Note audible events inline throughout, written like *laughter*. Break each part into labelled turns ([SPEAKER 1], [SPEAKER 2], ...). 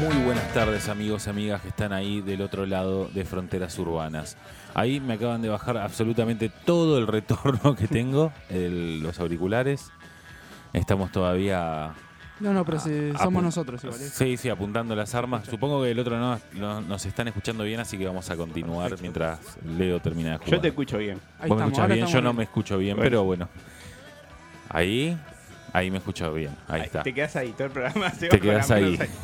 [SPEAKER 1] Muy buenas tardes amigos, amigas que están ahí del otro lado de Fronteras Urbanas. Ahí me acaban de bajar absolutamente todo el retorno que tengo, el- los auriculares. Estamos todavía...
[SPEAKER 2] No, no, pero si
[SPEAKER 1] a-
[SPEAKER 2] somos
[SPEAKER 1] apun-
[SPEAKER 2] nosotros igual. ¿eh?
[SPEAKER 1] Sí, sí, apuntando las armas. Supongo que el otro no, no- nos están escuchando bien, así que vamos a continuar mientras Leo termina de jugar.
[SPEAKER 3] Yo te escucho bien.
[SPEAKER 2] Ahí
[SPEAKER 1] Vos me escuchás
[SPEAKER 2] ahora
[SPEAKER 1] bien, yo
[SPEAKER 2] estamos
[SPEAKER 1] no me escucho bien,
[SPEAKER 3] Bueno.
[SPEAKER 1] pero bueno. Ahí, ahí me escucho bien, ahí está.
[SPEAKER 3] Te quedas ahí, todo el programa. *laughs* se
[SPEAKER 1] Te
[SPEAKER 3] va con
[SPEAKER 1] quedás
[SPEAKER 3] las
[SPEAKER 1] ahí.
[SPEAKER 3] manos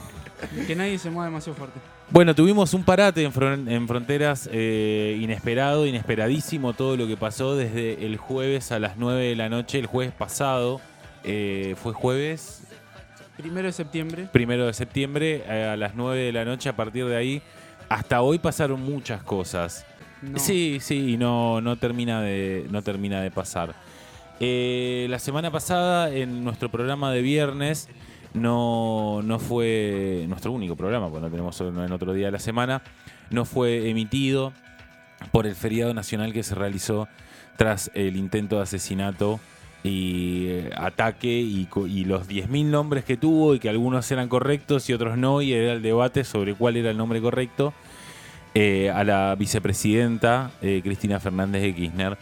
[SPEAKER 2] Que nadie se mueva demasiado fuerte.
[SPEAKER 1] Bueno, tuvimos un parate en, fron- en fronteras eh, inesperado, inesperadísimo todo lo que pasó desde el jueves a las 9 de la noche, el jueves pasado. eh, fue jueves
[SPEAKER 2] Primero de septiembre.
[SPEAKER 1] primero de septiembre eh, a las 9 de la noche. A partir de ahí, hasta hoy pasaron muchas cosas.
[SPEAKER 2] No.
[SPEAKER 1] Sí, sí, y no, no, termina de, no termina de pasar. Eh, la semana pasada, en nuestro programa de viernes, no, no fue nuestro único programa, porque no tenemos uno en otro día de la semana, no fue emitido por el feriado nacional que se realizó tras el intento de asesinato y eh, ataque y, co- y los 10.000 nombres que tuvo y que algunos eran correctos y otros no, y era el debate sobre cuál era el nombre correcto eh, a la vicepresidenta eh, Cristina Fernández de Kirchner.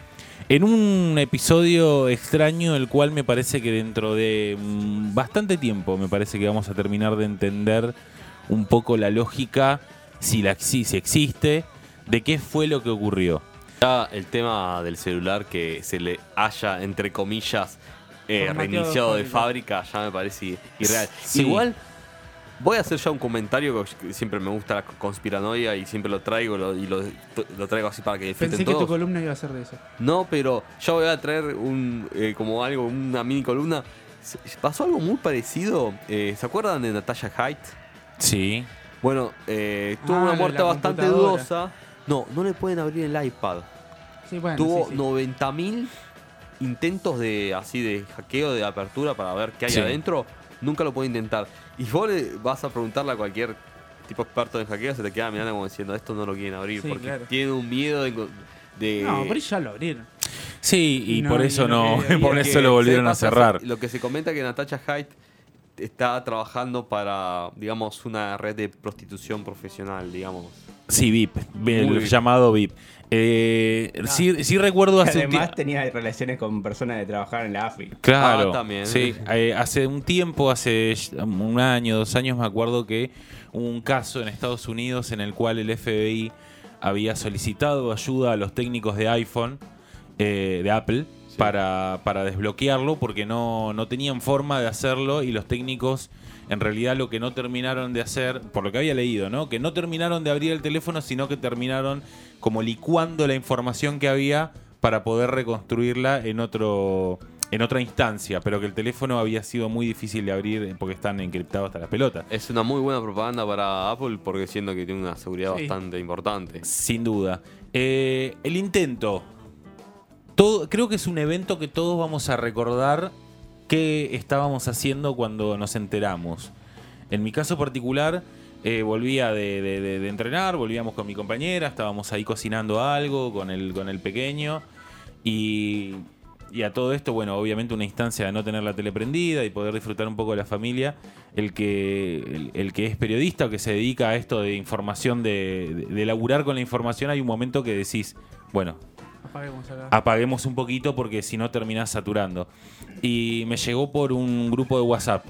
[SPEAKER 1] En un episodio extraño, el cual me parece que dentro de mm, bastante tiempo, me parece que vamos a terminar de entender un poco la lógica, si, la, exi- si existe, de qué fue lo que ocurrió.
[SPEAKER 4] Está el tema del celular que se le haya, entre comillas, eh,
[SPEAKER 2] Formateado
[SPEAKER 4] reiniciado de
[SPEAKER 2] de
[SPEAKER 4] fábrica, ya me parece irreal.
[SPEAKER 1] Sí.
[SPEAKER 4] Igual, voy a hacer ya un comentario que siempre me gusta la conspiranoia y siempre lo traigo lo- y lo, lo traigo así para que disfruten
[SPEAKER 2] Pensé que tu
[SPEAKER 4] todos.
[SPEAKER 2] columna iba a ser de eso.
[SPEAKER 4] No, pero yo voy a traer un eh, como algo, una mini columna. Se- Pasó algo muy parecido. eh, ¿Se acuerdan de Natasha Haidt?
[SPEAKER 1] Sí.
[SPEAKER 4] Bueno, eh, tuvo
[SPEAKER 2] Ah, lo
[SPEAKER 4] una
[SPEAKER 2] de
[SPEAKER 4] muerte
[SPEAKER 2] la
[SPEAKER 4] bastante
[SPEAKER 2] computadora.
[SPEAKER 4] dudosa. No, no le pueden abrir el iPad.
[SPEAKER 2] Sí, bueno.
[SPEAKER 4] Tuvo
[SPEAKER 2] sí, sí.
[SPEAKER 4] 90.000 intentos de así de hackeo, de apertura para ver qué hay
[SPEAKER 1] Sí.
[SPEAKER 4] adentro. Nunca lo puede intentar. Y vos le vas a preguntarle a cualquier tipo experto en hackeo, se te queda mirando como diciendo, esto no lo quieren abrir
[SPEAKER 2] Sí,
[SPEAKER 4] porque
[SPEAKER 2] claro.
[SPEAKER 4] tiene un miedo de...
[SPEAKER 1] eh,
[SPEAKER 4] de-
[SPEAKER 2] No, por ahí ya lo abrieron.
[SPEAKER 1] Sí, y
[SPEAKER 2] No,
[SPEAKER 1] por
[SPEAKER 2] y
[SPEAKER 1] eso
[SPEAKER 2] lo
[SPEAKER 1] no, *laughs*
[SPEAKER 2] que había
[SPEAKER 1] por
[SPEAKER 4] que
[SPEAKER 1] eso lo volvieron
[SPEAKER 4] se
[SPEAKER 1] a
[SPEAKER 4] pasa,
[SPEAKER 1] cerrar.
[SPEAKER 4] Lo que se comenta que Natasha Haidt está trabajando para, digamos, una red de prostitución profesional, digamos.
[SPEAKER 1] Sí, VIP, el
[SPEAKER 4] Muy-
[SPEAKER 1] llamado VIP. Eh,
[SPEAKER 2] Ah.
[SPEAKER 1] sí, sí recuerdo hace un
[SPEAKER 3] Además
[SPEAKER 1] tie-
[SPEAKER 3] tenía relaciones con personas que trabajaban en la AFI.
[SPEAKER 1] Claro.
[SPEAKER 4] Ah, también.
[SPEAKER 1] Sí, eh, hace un tiempo, hace un año, dos años, me acuerdo que hubo un caso en Estados Unidos en el cual el FBI había solicitado ayuda a los técnicos de iPhone, eh, de Apple, para, para desbloquearlo porque no, no tenían forma de hacerlo y los técnicos. En realidad lo que no terminaron de hacer, por lo que había leído, ¿no? Que no terminaron de abrir el teléfono, sino que terminaron como licuando la información que había para poder reconstruirla en otro en otra instancia, pero que el teléfono había sido muy difícil de abrir eh, porque están encriptados hasta las pelotas.
[SPEAKER 4] Es una muy buena propaganda para Apple porque siendo que tiene una seguridad
[SPEAKER 2] Sí.
[SPEAKER 4] bastante importante.
[SPEAKER 1] Sin duda. Eh, el intento. Todo, creo que es un evento que todos vamos a recordar qué estábamos haciendo cuando nos enteramos. En mi caso particular, eh, volvía de, de- de- de entrenar, volvíamos con mi compañera, estábamos ahí cocinando algo con el, con el pequeño. Y, y a todo esto, bueno, obviamente una instancia de no tener la tele prendida y poder disfrutar un poco de la familia. El que, el, el que es periodista o que se dedica a esto de información, de, de, de laburar con la información, hay un momento que decís, bueno,
[SPEAKER 2] Apaguemos acá.
[SPEAKER 1] Ah. apaguemos un poquito porque si no terminás saturando. Y me llegó por un grupo de WhatsApp.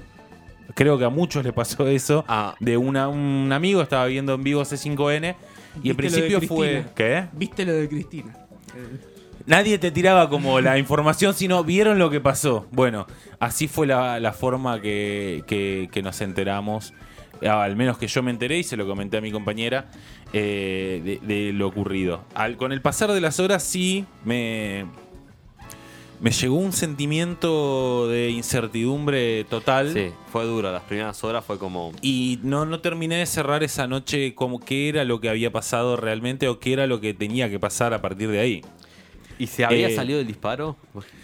[SPEAKER 1] Creo que a muchos le pasó *laughs* eso.
[SPEAKER 4] Ah.
[SPEAKER 1] De una, un amigo estaba viendo en vivo C5N y
[SPEAKER 2] Viste
[SPEAKER 1] en
[SPEAKER 2] lo de
[SPEAKER 1] principio fue...
[SPEAKER 2] Cristina.
[SPEAKER 1] ¿Qué?
[SPEAKER 2] ¿Viste lo de Cristina? Eh,
[SPEAKER 1] Nadie te tiraba como la información, sino vieron lo que pasó. Bueno, así fue la, la forma que, que- que nos enteramos. Ah, Al menos que yo me enteré y se lo comenté a mi compañera eh, de, de lo ocurrido. Al- con el pasar de las horas sí me, me llegó un sentimiento de incertidumbre total.
[SPEAKER 4] Sí, fue dura. Las primeras horas fue como...
[SPEAKER 1] Y no, no terminé de cerrar esa noche como qué era lo que había pasado realmente o qué era lo que tenía que pasar a partir de ahí.
[SPEAKER 4] ¿Y se había
[SPEAKER 1] Eh,
[SPEAKER 4] salido del disparo?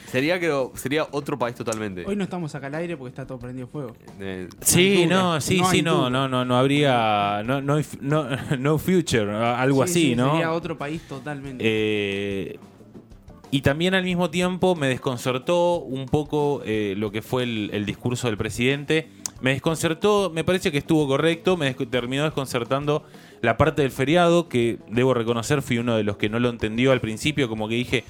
[SPEAKER 4] Sería, creo, sería otro país totalmente.
[SPEAKER 2] Hoy no estamos acá al aire porque está todo prendido fuego.
[SPEAKER 4] Eh,
[SPEAKER 1] Sí,
[SPEAKER 2] Honduras.
[SPEAKER 1] no, sí,
[SPEAKER 2] No
[SPEAKER 1] sí,
[SPEAKER 2] hay
[SPEAKER 1] no,
[SPEAKER 2] duda.
[SPEAKER 1] no, no, no habría, no, no, hay f- no, *laughs* no future, a- algo
[SPEAKER 2] Sí,
[SPEAKER 1] así,
[SPEAKER 2] sí,
[SPEAKER 1] ¿no?
[SPEAKER 2] Sería otro país totalmente.
[SPEAKER 1] Eh, y también al mismo tiempo me desconcertó un poco eh, lo que fue el, el discurso del presidente. Me desconcertó, me parece que estuvo correcto, me desco- terminó desconcertando la parte del feriado, que debo reconocer fui uno de los que no lo entendió al principio, como que dije,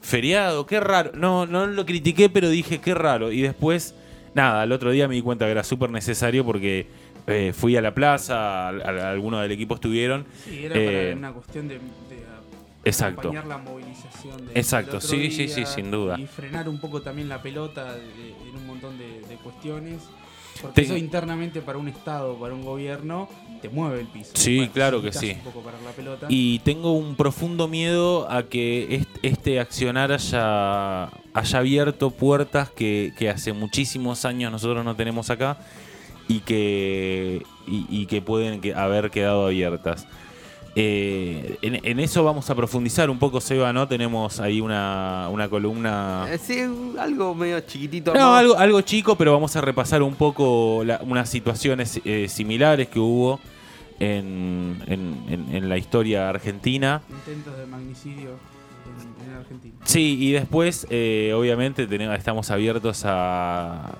[SPEAKER 1] feriado, qué raro. No, no lo critiqué, pero dije, qué raro. Y después, nada, al otro día me di cuenta que era súper necesario porque eh, fui a la plaza, al- al- algunos del equipo estuvieron.
[SPEAKER 2] Sí, era
[SPEAKER 1] Eh,
[SPEAKER 2] para una cuestión de, de a-
[SPEAKER 1] Exacto.
[SPEAKER 2] acompañar la movilización. De,
[SPEAKER 1] Exacto,
[SPEAKER 2] del otro
[SPEAKER 1] sí, sí, sí, sin duda.
[SPEAKER 2] Y frenar un poco también la pelota de- de- en un montón de, de cuestiones. Porque
[SPEAKER 1] Te-
[SPEAKER 2] eso internamente para un Estado, para un gobierno, te mueve el piso.
[SPEAKER 1] Sí, claro que
[SPEAKER 2] necesitas
[SPEAKER 1] sí.
[SPEAKER 2] Un poco para la pelota.
[SPEAKER 1] Y tengo un profundo miedo a que est- este accionar haya, haya abierto puertas que, que hace muchísimos años nosotros no tenemos acá y que, y, y que pueden que- haber quedado abiertas. Eh, en, en eso vamos a profundizar un poco, Seba, ¿no? Tenemos ahí una, una columna...
[SPEAKER 4] Eh, sí, algo medio chiquitito.
[SPEAKER 1] No,
[SPEAKER 4] armado.
[SPEAKER 1] algo, algo chico, pero vamos a repasar un poco la- unas situaciones eh, similares que hubo en, en- en- en la historia argentina.
[SPEAKER 2] Intentos de magnicidio en, en Argentina.
[SPEAKER 1] Sí, y después, eh, obviamente, tenemos, estamos abiertos a,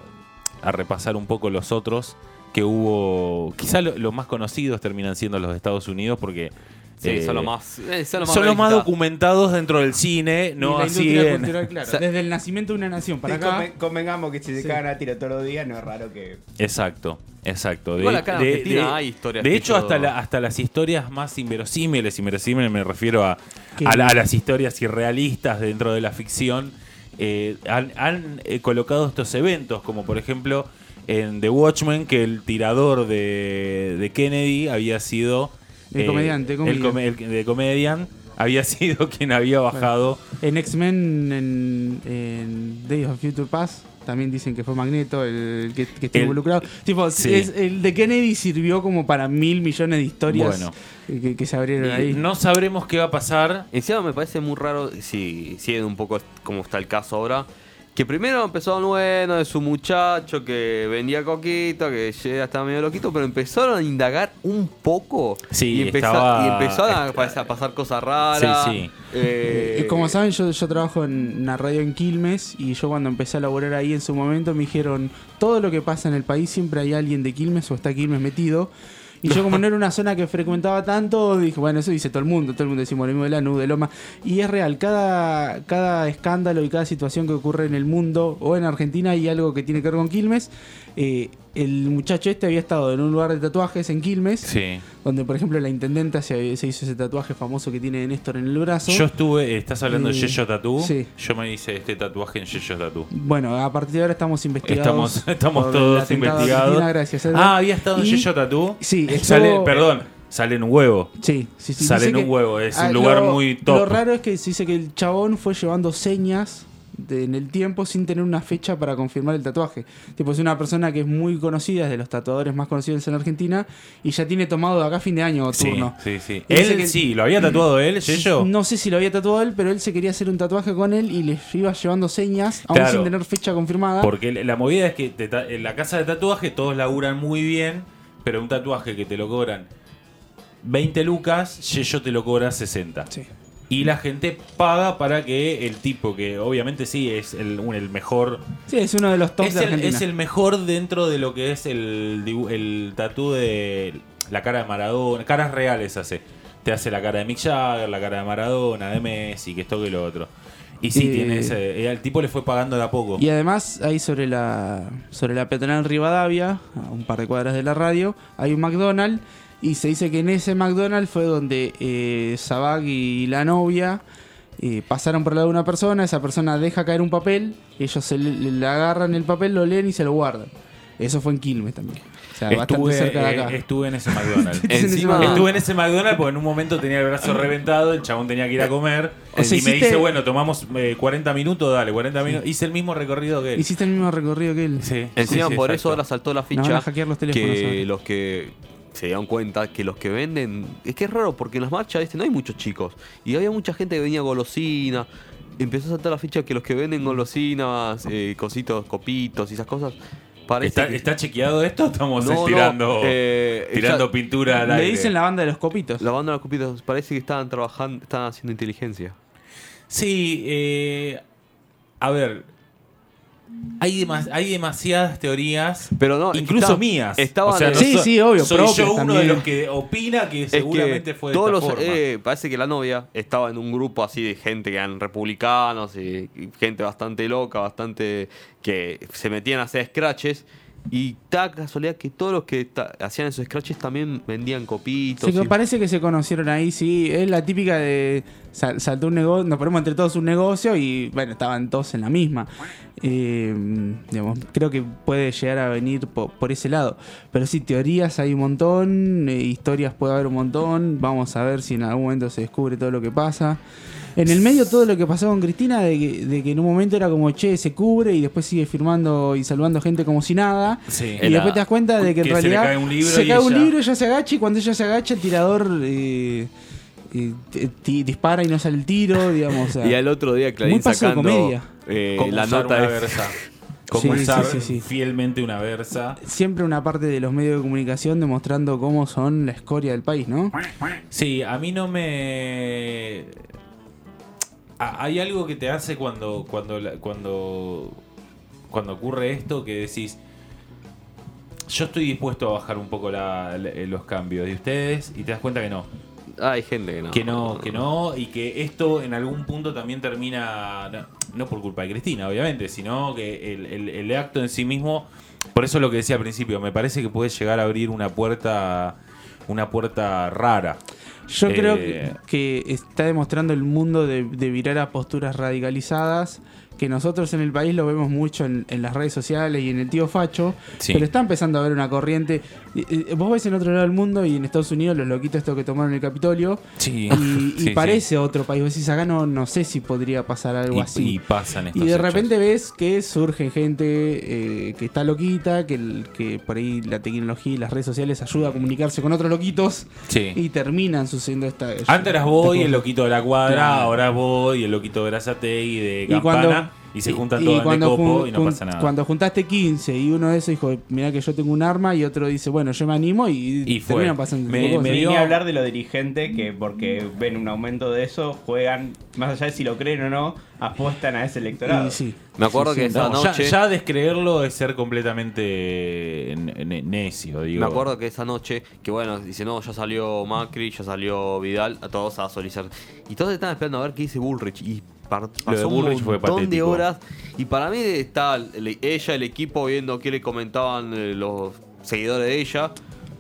[SPEAKER 1] a repasar un poco los otros que hubo. Quizá lo- los más conocidos terminan siendo los de Estados Unidos porque.
[SPEAKER 4] Sí,
[SPEAKER 1] eh,
[SPEAKER 4] son los más. eh, son los más
[SPEAKER 1] son los más
[SPEAKER 4] realistas.
[SPEAKER 1] documentados dentro del cine,
[SPEAKER 2] Y
[SPEAKER 1] no
[SPEAKER 2] la
[SPEAKER 1] así
[SPEAKER 2] industria
[SPEAKER 1] en-
[SPEAKER 2] cultural, claro.
[SPEAKER 4] O sea-
[SPEAKER 2] Desde el nacimiento de una nación para
[SPEAKER 3] Sí,
[SPEAKER 2] acá.
[SPEAKER 3] conven- convengamos que si se
[SPEAKER 2] Sí.
[SPEAKER 3] cagan a tiro todos los días, no es raro que.
[SPEAKER 1] Exacto, exacto.
[SPEAKER 4] Igual acá en Argentina hay historias
[SPEAKER 1] De
[SPEAKER 4] que
[SPEAKER 1] hecho,
[SPEAKER 4] yo-
[SPEAKER 1] hasta, la- hasta las historias más inverosímiles, inverosímiles me refiero a,
[SPEAKER 2] Que-
[SPEAKER 1] a la- a las historias irrealistas dentro de la ficción, eh, han, han, eh, colocado estos eventos, como por ejemplo en The Watchmen, que el tirador de, de Kennedy había sido... eh,
[SPEAKER 2] El comediante,
[SPEAKER 1] el,
[SPEAKER 2] comedian.
[SPEAKER 1] come- el de comedian había *laughs* sido quien había bajado...
[SPEAKER 2] En X-Men, en, en Days of Future Past, también dicen que fue Magneto el que, que está
[SPEAKER 1] El-
[SPEAKER 2] involucrado. Tipo,
[SPEAKER 1] sí.
[SPEAKER 2] es- el de Kennedy sirvió como para mil millones de historias
[SPEAKER 1] Bueno.
[SPEAKER 2] que, que se abrieron ahí.
[SPEAKER 1] No sabremos qué va a pasar.
[SPEAKER 4] Encima me parece muy raro, si siguen un poco como está el caso ahora, que primero empezaron, bueno, de su muchacho que vendía coquito, que ya estaba medio loquito, pero empezaron a indagar un poco.
[SPEAKER 1] Sí,
[SPEAKER 4] y, empezó,
[SPEAKER 1] estaba-
[SPEAKER 4] y empezaron a, pas- a pasar cosas raras.
[SPEAKER 1] Sí, sí.
[SPEAKER 4] Eh,
[SPEAKER 2] Eh, Como saben, yo, yo trabajo en una radio en Quilmes y yo cuando empecé a laborar ahí en su momento me dijeron, todo lo que pasa en el país siempre hay alguien de Quilmes o está Quilmes metido. Y yo como no era una zona que frecuentaba tanto, dije, bueno, eso dice todo el mundo, todo el mundo decimos lo mismo de la nube, de Loma. Y es real, cada, cada escándalo y cada situación que ocurre en el mundo o en Argentina hay algo que tiene que ver con Quilmes. Eh, el muchacho este había estado en un lugar de tatuajes en Quilmes,
[SPEAKER 1] Sí.
[SPEAKER 2] donde por ejemplo la intendenta se, se hizo ese tatuaje famoso que tiene Néstor en el brazo.
[SPEAKER 1] Yo estuve, estás hablando de
[SPEAKER 2] Eh,
[SPEAKER 1] Yeyo Tatú.
[SPEAKER 2] sí.
[SPEAKER 1] Yo me hice este tatuaje en Yeyo Tatú.
[SPEAKER 2] Bueno, a partir de ahora estamos investigados.
[SPEAKER 1] Estamos, *laughs* estamos
[SPEAKER 2] por el
[SPEAKER 1] todos
[SPEAKER 2] atentado a
[SPEAKER 1] investigados.
[SPEAKER 2] Cristina, gracias. Edgar.
[SPEAKER 1] ah, había estado en
[SPEAKER 2] Y-
[SPEAKER 1] Yeyo Tatú.
[SPEAKER 2] Sí, estuvo-
[SPEAKER 1] Sale, perdón, sale en un huevo.
[SPEAKER 2] Sí, sí, sí.
[SPEAKER 1] Sale
[SPEAKER 2] Dice
[SPEAKER 1] en un
[SPEAKER 2] que-
[SPEAKER 1] huevo, es un
[SPEAKER 2] ah,
[SPEAKER 1] lugar
[SPEAKER 2] lo-
[SPEAKER 1] muy top.
[SPEAKER 2] Lo raro es que se dice que el chabón fue llevando señas de- en el tiempo sin tener una fecha para confirmar el tatuaje. Tipo, es una persona que es muy conocida, es de los tatuadores más conocidos en Argentina, y ya tiene tomado de acá fin de año
[SPEAKER 1] sí,
[SPEAKER 2] turno.
[SPEAKER 1] sí, sí.
[SPEAKER 2] Y dice
[SPEAKER 1] Él
[SPEAKER 2] que-
[SPEAKER 1] sí, lo había tatuado
[SPEAKER 2] *clears throat*
[SPEAKER 1] él, Yeyo.
[SPEAKER 2] No sé si lo había tatuado él, pero él se quería hacer un tatuaje con él y le iba llevando señas, aún
[SPEAKER 1] Claro.
[SPEAKER 2] sin tener fecha confirmada.
[SPEAKER 1] Porque la movida es que te ta- en la casa de tatuaje todos laburan muy bien, pero un tatuaje que te lo cobran 20 lucas, Yeyo te lo cobra 60.
[SPEAKER 2] Sí.
[SPEAKER 1] Y la gente paga para que el tipo, que obviamente sí es el, un- el mejor
[SPEAKER 2] Sí, es uno de los tops
[SPEAKER 1] es
[SPEAKER 2] de
[SPEAKER 1] el,
[SPEAKER 2] Argentina.
[SPEAKER 1] es el mejor dentro de lo que es el, dibu- el tatú de la cara de Maradona. Caras reales hace. Te hace la cara de Mick Jagger, la cara de Maradona, de Messi, que esto que lo otro. Y sí,
[SPEAKER 2] Eh,
[SPEAKER 1] tiene ese. eh, Al tipo le fue pagando de a poco.
[SPEAKER 2] Y además, ahí sobre la, sobre la peatonal Rivadavia, a un par de cuadras de la radio, hay un McDonald's. Y se dice que en ese McDonald's fue donde eh, Sabag y la novia eh, pasaron por al lado de una persona. Esa persona deja caer un papel, ellos se le, le agarran el papel, lo leen y se lo guardan. Eso fue en Quilmes también. O sea, bastante
[SPEAKER 1] estuve,
[SPEAKER 2] cerca de
[SPEAKER 1] eh,
[SPEAKER 2] acá.
[SPEAKER 1] estuve en ese McDonald's.
[SPEAKER 2] *laughs* Estuve en ese
[SPEAKER 4] encima-
[SPEAKER 2] McDonald's.
[SPEAKER 1] Estuve en ese McDonald's porque en un momento tenía el brazo reventado, el chabón tenía que ir a comer.
[SPEAKER 2] O sea,
[SPEAKER 1] y me
[SPEAKER 2] hiciste-
[SPEAKER 1] dice, bueno, tomamos eh, 40 minutos, dale, 40 minutos. Hice el mismo recorrido que él.
[SPEAKER 2] Hiciste el mismo recorrido que él.
[SPEAKER 1] Sí,
[SPEAKER 4] Encima
[SPEAKER 1] sí, sí,
[SPEAKER 4] por
[SPEAKER 1] exacto.
[SPEAKER 4] eso ahora saltó la ficha
[SPEAKER 2] Nos van a hackear los teléfonos
[SPEAKER 4] que
[SPEAKER 2] ahora.
[SPEAKER 4] los que se dieron cuenta que los que venden es que es raro porque en las marchas ¿viste? no hay muchos chicos y había mucha gente que venía golosina empezó a saltar la ficha que los que venden golosinas eh, cositos copitos y esas cosas parece
[SPEAKER 1] ¿Está,
[SPEAKER 4] que-
[SPEAKER 1] está chequeado esto? Estamos
[SPEAKER 4] No, no,
[SPEAKER 1] estirando,
[SPEAKER 4] eh,
[SPEAKER 1] tirando
[SPEAKER 4] ya-
[SPEAKER 1] pintura al
[SPEAKER 2] Le
[SPEAKER 1] aire.
[SPEAKER 2] dicen la banda de los copitos.
[SPEAKER 4] la banda de los copitos parece que estaban trabajando estaban haciendo inteligencia
[SPEAKER 1] Sí, eh, a ver. Hay, demas- hay demasiadas teorías,
[SPEAKER 4] Pero no,
[SPEAKER 1] incluso
[SPEAKER 4] está-
[SPEAKER 1] mías.
[SPEAKER 4] estaba de-
[SPEAKER 2] Sí,
[SPEAKER 1] so-
[SPEAKER 2] sí, obvio,
[SPEAKER 1] Soy
[SPEAKER 2] propias
[SPEAKER 1] yo uno de
[SPEAKER 2] también.
[SPEAKER 1] los que opina que
[SPEAKER 4] Es que
[SPEAKER 1] seguramente fue de
[SPEAKER 4] todos
[SPEAKER 1] esta
[SPEAKER 4] los-
[SPEAKER 1] forma.
[SPEAKER 4] eh, parece que la novia estaba en un grupo así de gente que eran republicanos y, y gente bastante loca, bastante que se metían a hacer scratches. Y ta casualidad que todos los que ta- hacían esos scratches también vendían copitos.
[SPEAKER 2] Se co-
[SPEAKER 4] y-
[SPEAKER 2] parece que se conocieron ahí, sí. Es la típica de sal- saltó un negocio, nos ponemos entre todos un negocio y bueno, estaban todos en la misma. Eh, digamos, creo que puede llegar a venir po- por ese lado. Pero sí, teorías hay un montón, eh, historias puede haber un montón. Vamos a ver si en algún momento se descubre todo lo que pasa. En el medio todo lo que pasó con Cristina, de que, de que en un momento era como, che, se cubre y después sigue firmando y salvando gente como si nada.
[SPEAKER 1] Sí.
[SPEAKER 2] y
[SPEAKER 4] Era-
[SPEAKER 2] después te das cuenta de que, en
[SPEAKER 1] que se le
[SPEAKER 2] realidad
[SPEAKER 1] cae un libro
[SPEAKER 2] se
[SPEAKER 1] y
[SPEAKER 2] cae un
[SPEAKER 1] ella-
[SPEAKER 2] libro, ella se agacha y cuando ella se agacha el tirador eh, eh, t- ti- dispara y no sale el tiro, digamos. o sea.
[SPEAKER 4] Y al otro día
[SPEAKER 2] Muy
[SPEAKER 4] Clarín
[SPEAKER 2] pasado de
[SPEAKER 4] sacando
[SPEAKER 2] comedia.
[SPEAKER 4] eh,
[SPEAKER 1] Cómo
[SPEAKER 4] la
[SPEAKER 1] usar
[SPEAKER 4] nota
[SPEAKER 1] una
[SPEAKER 4] de-
[SPEAKER 1] versa.
[SPEAKER 2] Sí,
[SPEAKER 1] Cómo
[SPEAKER 2] sí,
[SPEAKER 1] usar
[SPEAKER 2] sí, sí.
[SPEAKER 1] fielmente una versa.
[SPEAKER 2] Siempre una parte de los medios de comunicación demostrando cómo son la escoria del país, ¿no?
[SPEAKER 1] Sí, a mí no me. A- Hay algo que te hace cuando. cuando. la- cuando. cuando ocurre esto que decís. Yo estoy dispuesto a bajar un poco la- la- los cambios de ustedes y te das cuenta que no.
[SPEAKER 4] *laughs* Hay gente que no.
[SPEAKER 1] Que no, que no, y que esto en algún punto también termina, no, no por culpa de Cristina, obviamente, sino que el, el- el acto en sí mismo, por eso lo que decía al principio, me parece que puede llegar a abrir una puerta, una puerta rara.
[SPEAKER 2] Yo
[SPEAKER 1] Eh,
[SPEAKER 2] creo que, que está demostrando el mundo de, de virar a posturas radicalizadas, que nosotros en el país lo vemos mucho en, en las redes sociales y en el tío Facho,
[SPEAKER 1] Sí.
[SPEAKER 2] pero está empezando a haber una corriente. Eh, eh, Vos ves en otro lado del mundo y en Estados Unidos los loquitos estos que tomaron el Capitolio,
[SPEAKER 1] *laughs* Sí,
[SPEAKER 2] y, y parece otro país. Vos decís, acá no, no sé si podría pasar algo
[SPEAKER 1] Y,
[SPEAKER 2] así.
[SPEAKER 1] y pasan
[SPEAKER 2] Y,
[SPEAKER 1] estos
[SPEAKER 2] de
[SPEAKER 1] hechos.
[SPEAKER 2] repente ves que surge gente eh, que está loquita, que, el- que por ahí la tecnología y las redes sociales ayuda a comunicarse con otros loquitos
[SPEAKER 1] Sí.
[SPEAKER 2] y terminan sucediendo esta...
[SPEAKER 1] Antes eras vos y el loquito de la cuadra,
[SPEAKER 2] Claro.
[SPEAKER 1] ahora vos y el loquito de Brazategui, de Campana, y, se juntan
[SPEAKER 2] y
[SPEAKER 1] todas de
[SPEAKER 2] cuando
[SPEAKER 1] copo
[SPEAKER 2] jun-
[SPEAKER 1] y no
[SPEAKER 2] jun-
[SPEAKER 1] pasa nada.
[SPEAKER 2] Cuando juntaste 15 y uno de esos dijo, mira que yo tengo un arma y otro dice, bueno, yo me animo y,
[SPEAKER 1] Y fue.
[SPEAKER 2] terminan pasando
[SPEAKER 1] Me-
[SPEAKER 2] cosas.
[SPEAKER 1] me dio-
[SPEAKER 3] Vine a hablar de los dirigentes que porque ven un aumento de eso, juegan, más allá de si lo creen o no, apuestan a ese electorado.
[SPEAKER 2] Y sí.
[SPEAKER 4] Me acuerdo que esa
[SPEAKER 1] No, ya-
[SPEAKER 4] noche.
[SPEAKER 1] ya, descreerlo es ser completamente ne- ne- necio, digo.
[SPEAKER 4] Me acuerdo que esa noche, que bueno, dice, no, ya salió Macri, ya salió Vidal, a todos a solicitar. Y todos estaban esperando a ver qué dice Bullrich. Y par- pasó un
[SPEAKER 1] Bullrich
[SPEAKER 4] montón
[SPEAKER 1] fue
[SPEAKER 4] de
[SPEAKER 1] patético.
[SPEAKER 4] horas. Y para mí está el- ella, el equipo, viendo qué le comentaban eh, los seguidores de ella.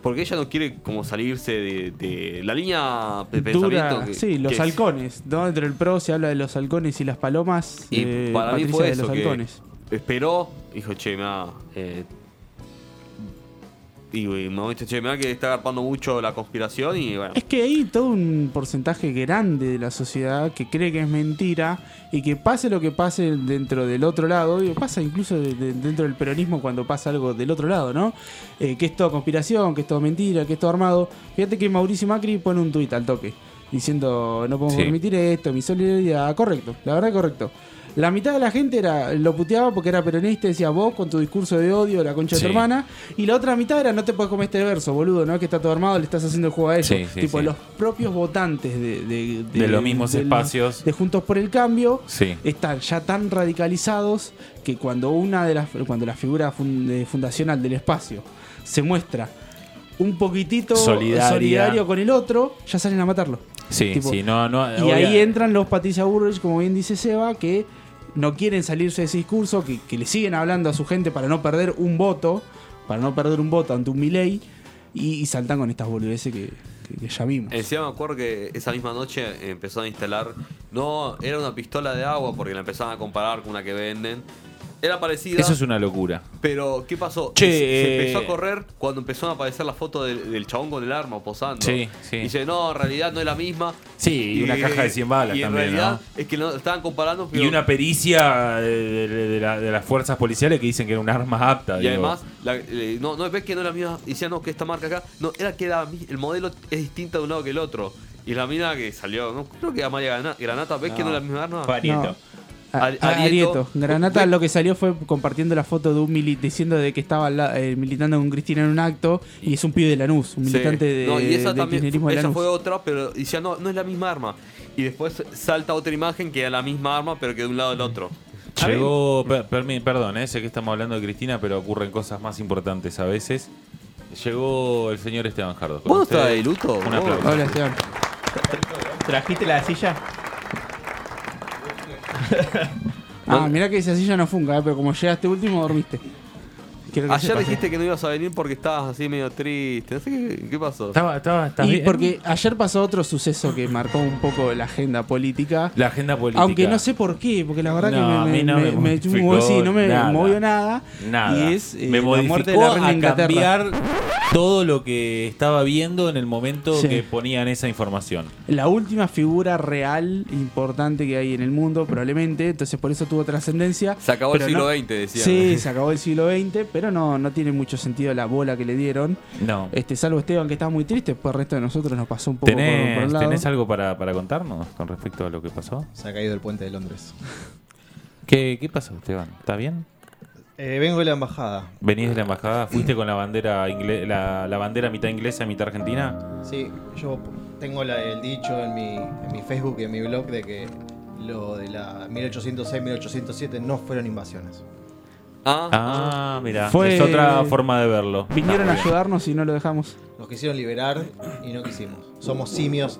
[SPEAKER 4] Porque ella no quiere como salirse de, de la línea de pensamiento.
[SPEAKER 2] Dura,
[SPEAKER 4] que-
[SPEAKER 2] sí, los
[SPEAKER 4] que-
[SPEAKER 2] halcones. ¿no? Dentro del pro se habla de los halcones y las palomas.
[SPEAKER 4] Y
[SPEAKER 2] eh,
[SPEAKER 4] para mí
[SPEAKER 2] Patricia
[SPEAKER 4] fue
[SPEAKER 2] de
[SPEAKER 4] eso.
[SPEAKER 2] los
[SPEAKER 4] que
[SPEAKER 2] halcones.
[SPEAKER 4] esperó, dijo, che, mirá, eh, y y me dice, che, mirá que está agarpando mucho la conspiración y bueno.
[SPEAKER 2] Es que hay todo un porcentaje grande de la sociedad que cree que es mentira y que pase lo que pase dentro del otro lado, y pasa incluso de- de- dentro del peronismo cuando pasa algo del otro lado, ¿no? Eh, que es todo conspiración, que es todo mentira, que es todo armado. Fíjate que Mauricio Macri pone un tuit al toque diciendo no podemos
[SPEAKER 1] Sí.
[SPEAKER 2] permitir esto, mi solidaridad, Ah, correcto, la verdad correcto. La mitad de la gente era, lo puteaba porque era peronista y decía vos con tu discurso de odio, la concha de
[SPEAKER 1] Sí.
[SPEAKER 2] tu hermana. Y la otra mitad era no te puedes comer este verso, boludo, ¿no? Que está todo armado, le estás haciendo el juego a ellos.
[SPEAKER 1] Sí, sí,
[SPEAKER 2] tipo,
[SPEAKER 1] sí.
[SPEAKER 2] los propios votantes de, de-
[SPEAKER 1] De los mismos
[SPEAKER 2] del-
[SPEAKER 1] espacios.
[SPEAKER 2] De Juntos por el Cambio
[SPEAKER 1] Sí.
[SPEAKER 2] están ya tan radicalizados que cuando una de las cuando la figura fun- eh, fundacional del espacio se muestra un poquitito
[SPEAKER 1] Solidaria.
[SPEAKER 2] solidario con el otro, ya salen a matarlo.
[SPEAKER 1] Sí,
[SPEAKER 2] Tipo,
[SPEAKER 1] sí, no, no.
[SPEAKER 2] Y
[SPEAKER 1] obvia-
[SPEAKER 2] ahí entran los Patricia Burrich, como bien dice Seba, que no quieren salirse de ese discurso, que, que le siguen hablando a su gente para no perder un voto, para no perder un voto ante un Milei, y, y saltan con estas boludeces que, que- que ya vimos.
[SPEAKER 4] Encima me acuerdo que esa misma noche empezaron a instalar. No, era una pistola de agua porque la empezaban a comparar con una que venden. Era parecida.
[SPEAKER 1] Eso es una locura.
[SPEAKER 4] Pero, ¿qué pasó?
[SPEAKER 1] Che,
[SPEAKER 4] se, se
[SPEAKER 1] eh.
[SPEAKER 4] empezó a correr cuando empezó a aparecer la foto del, del chabón con el arma posando.
[SPEAKER 1] Sí, sí.
[SPEAKER 4] Y dice, no, en realidad no es la misma.
[SPEAKER 1] Sí, y una caja de 100 balas
[SPEAKER 4] y en
[SPEAKER 1] también,
[SPEAKER 4] realidad es que no, estaban comparando.
[SPEAKER 1] Y
[SPEAKER 4] pero-
[SPEAKER 1] una pericia de, de- de la- de las fuerzas policiales que dicen que era un arma apta.
[SPEAKER 4] Y
[SPEAKER 1] digo.
[SPEAKER 4] además, la- eh, no, no ves que no era la misma. Decía, no, que esta marca acá. No, era que la mi- el modelo es distinta de un lado que el otro. Y la mina que salió, no creo que Amalia Gana- Granata, ¿ves que no era la misma arma?
[SPEAKER 3] Fue Arieto.
[SPEAKER 2] No. A-
[SPEAKER 4] Ari-
[SPEAKER 2] a-
[SPEAKER 4] Arieto.
[SPEAKER 2] Arieto. Granata lo que salió fue compartiendo la foto de un mili- diciendo de que estaba al la- eh, militando con Cristina en un acto y es un pibe de Lanús, un
[SPEAKER 4] Sí.
[SPEAKER 2] militante de,
[SPEAKER 4] no, y esa
[SPEAKER 2] del
[SPEAKER 4] también
[SPEAKER 2] kirchnerismo de
[SPEAKER 4] esa
[SPEAKER 2] Lanús.
[SPEAKER 4] fue otra, pero
[SPEAKER 2] *laughs*
[SPEAKER 4] decía, no, no es la misma arma. Y después salta otra imagen que era la misma arma, pero que de un lado del otro.
[SPEAKER 1] Llegó, per- permi- perdón, eh, sé que estamos hablando de Cristina, pero ocurren cosas más importantes a veces. Llegó el señor Esteban Jardo. Con
[SPEAKER 4] ¿Vos no
[SPEAKER 1] ustedes,
[SPEAKER 4] estás de luto?
[SPEAKER 1] Un
[SPEAKER 4] bro?
[SPEAKER 1] aplauso.
[SPEAKER 2] Hola, Esteban.
[SPEAKER 3] ¿Trajiste la silla?
[SPEAKER 2] Ah, mirá que esa silla no funga, eh, pero como llegaste último, dormiste. Quiero que
[SPEAKER 4] Ayer
[SPEAKER 2] sepas,
[SPEAKER 4] dijiste
[SPEAKER 2] eh.
[SPEAKER 4] que no ibas a venir porque estabas así medio triste. No sé qué, qué pasó.
[SPEAKER 5] Estaba, estaba, estás
[SPEAKER 2] Y
[SPEAKER 5] bien?
[SPEAKER 2] porque ayer pasó otro suceso que marcó un poco la agenda política.
[SPEAKER 1] La agenda política.
[SPEAKER 2] Aunque no sé por qué, porque la verdad
[SPEAKER 1] No, a mí
[SPEAKER 2] que me, me,
[SPEAKER 1] no
[SPEAKER 2] me-
[SPEAKER 1] me
[SPEAKER 2] me-
[SPEAKER 1] modificó
[SPEAKER 2] movió, sí, no me
[SPEAKER 1] nada.
[SPEAKER 2] movió nada.
[SPEAKER 1] Nada.
[SPEAKER 2] Y es eh,
[SPEAKER 1] me
[SPEAKER 2] la
[SPEAKER 1] modificó
[SPEAKER 2] muerte de la reina de
[SPEAKER 1] a
[SPEAKER 2] Inglaterra.
[SPEAKER 1] cambiar todo lo que estaba viendo en el momento
[SPEAKER 2] Sí.
[SPEAKER 1] que ponían esa información.
[SPEAKER 2] La última figura real importante que hay en el mundo, probablemente. Entonces por eso tuvo trascendencia.
[SPEAKER 4] Se acabó
[SPEAKER 2] Pero
[SPEAKER 4] el siglo
[SPEAKER 2] no-
[SPEAKER 4] XX, decían.
[SPEAKER 2] Sí, se acabó el siglo XX, pero no, no tiene mucho sentido la bola que le dieron.
[SPEAKER 1] No.
[SPEAKER 2] Este, salvo Esteban, que estaba muy triste, después el resto de nosotros nos pasó un poco por- por,
[SPEAKER 1] ¿Tenés,
[SPEAKER 2] el lado.
[SPEAKER 1] tenés algo para, para contarnos con respecto a lo que pasó?
[SPEAKER 6] Se ha caído el puente de Londres.
[SPEAKER 1] ¿Qué, qué pasó, Esteban? ¿Está bien?
[SPEAKER 6] Eh, vengo de la embajada.
[SPEAKER 1] ¿Venís de la embajada? ¿Fuiste con la bandera ingle- la, la bandera mitad inglesa, mitad argentina?
[SPEAKER 6] Sí, yo tengo la- el dicho en mi, en mi Facebook y en mi blog de que lo de la 1806-1807 no fueron invasiones.
[SPEAKER 4] Ah,
[SPEAKER 1] Ah, mira.
[SPEAKER 2] Fue-
[SPEAKER 1] Es otra forma de verlo.
[SPEAKER 2] Vinieron a
[SPEAKER 1] Está muy bien.
[SPEAKER 2] ayudarnos y no lo dejamos.
[SPEAKER 6] Nos quisieron liberar y no quisimos. Somos simios.